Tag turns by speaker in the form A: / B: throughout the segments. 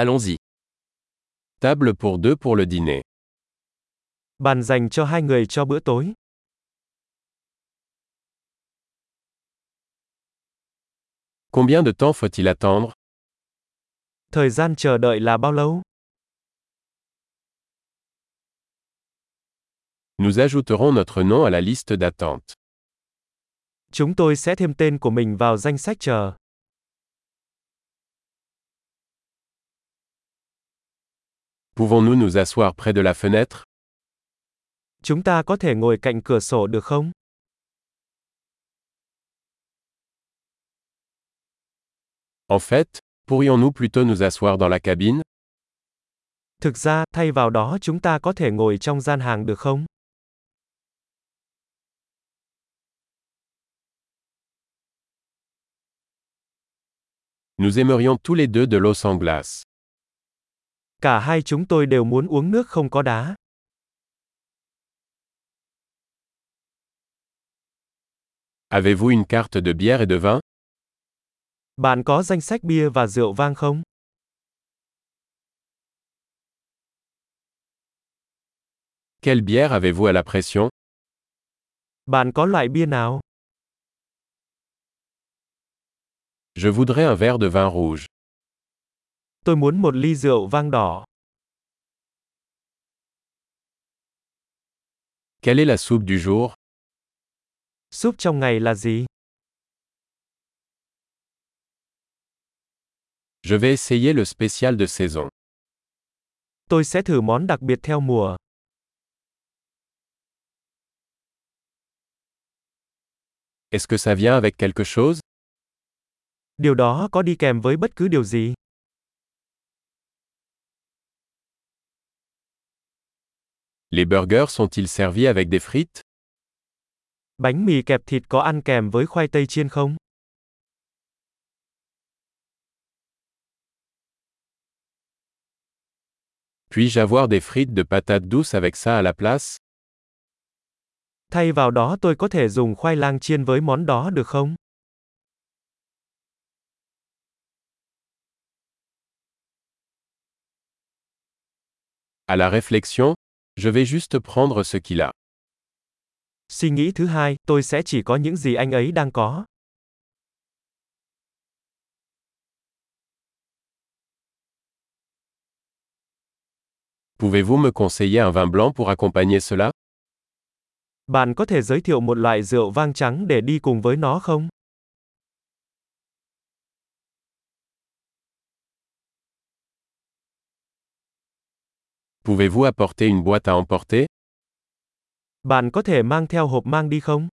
A: Allons-y. Table pour deux pour le dîner.
B: Bàn dành cho hai người cho bữa tối.
A: Combien de temps faut-il attendre
B: Thời gian chờ đợi là bao lâu?
A: Nous ajouterons notre nom à la liste d'attente.
B: Chúng tôi sẽ thêm tên của mình vào danh sách chờ.
A: Pouvons-nous nous asseoir près de la fenêtre
B: Chúng ta có thể ngồi cạnh cửa sổ được không?
A: En fait, pourrions-nous plutôt nous asseoir dans la cabine
B: Thực ra, thay vào đó chúng ta có thể ngồi trong gian hàng được không?
A: Nous aimerions tous les deux de l'eau sans glace.
B: Cả hai chúng tôi đều muốn uống nước không có đá.
A: Avez-vous une carte de bière et de vin
B: Bạn có danh sách bia và rượu vang không?
A: Quelle bière avez-vous à la pression
B: Bạn có loại bia nào?
A: Je voudrais un verre de vin rouge.
B: Tôi muốn một ly rượu vang đỏ.
A: Quelle est la soupe du jour
B: Súp trong ngày là gì?
A: Je vais essayer le spécial de saison.
B: Tôi sẽ thử món đặc biệt theo mùa.
A: Est-ce que ça vient avec quelque chose
B: Điều đó có đi kèm với bất cứ điều gì?
A: Les burgers sont-ils servis avec des frites
B: Bánh mì kẹp thịt có ăn kèm với khoai tây chiên không?
A: Puis-je avoir des frites de patates douces avec ça à la place
B: Thay vào đó tôi có thể dùng khoai lang chiên với món đó được không?
A: À la réflexion, je vais juste prendre ce qu'il a.
B: Suy nghĩ thứ hai, tôi sẽ chỉ có những gì anh ấy đang có.
A: Pouvez-vous me conseiller un vin blanc pour accompagner cela
B: Bạn có thể giới thiệu một loại rượu vang trắng để đi cùng với nó không?
A: Pouvez-vous apporter une boîte à emporter
B: Bạn có thể mang theo hộp mang đi không?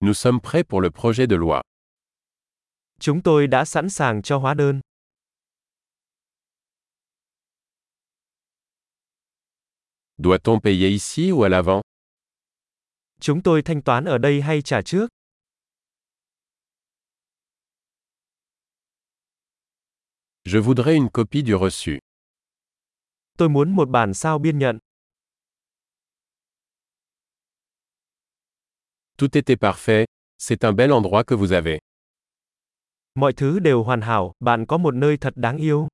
A: Nous sommes prêts pour le projet de loi.
B: Chúng tôi đã sẵn sàng cho hóa đơn.
A: Doit-on payer ici ou à l'avant
B: Chúng tôi thanh toán ở đây hay trả trước?
A: Je voudrais une copie du reçu.
B: Tôi muốn một bản sao biên nhận.
A: Tout était parfait, c'est un bel endroit que vous avez.
B: Mọi thứ đều hoàn hảo, bạn có một nơi thật đáng yêu.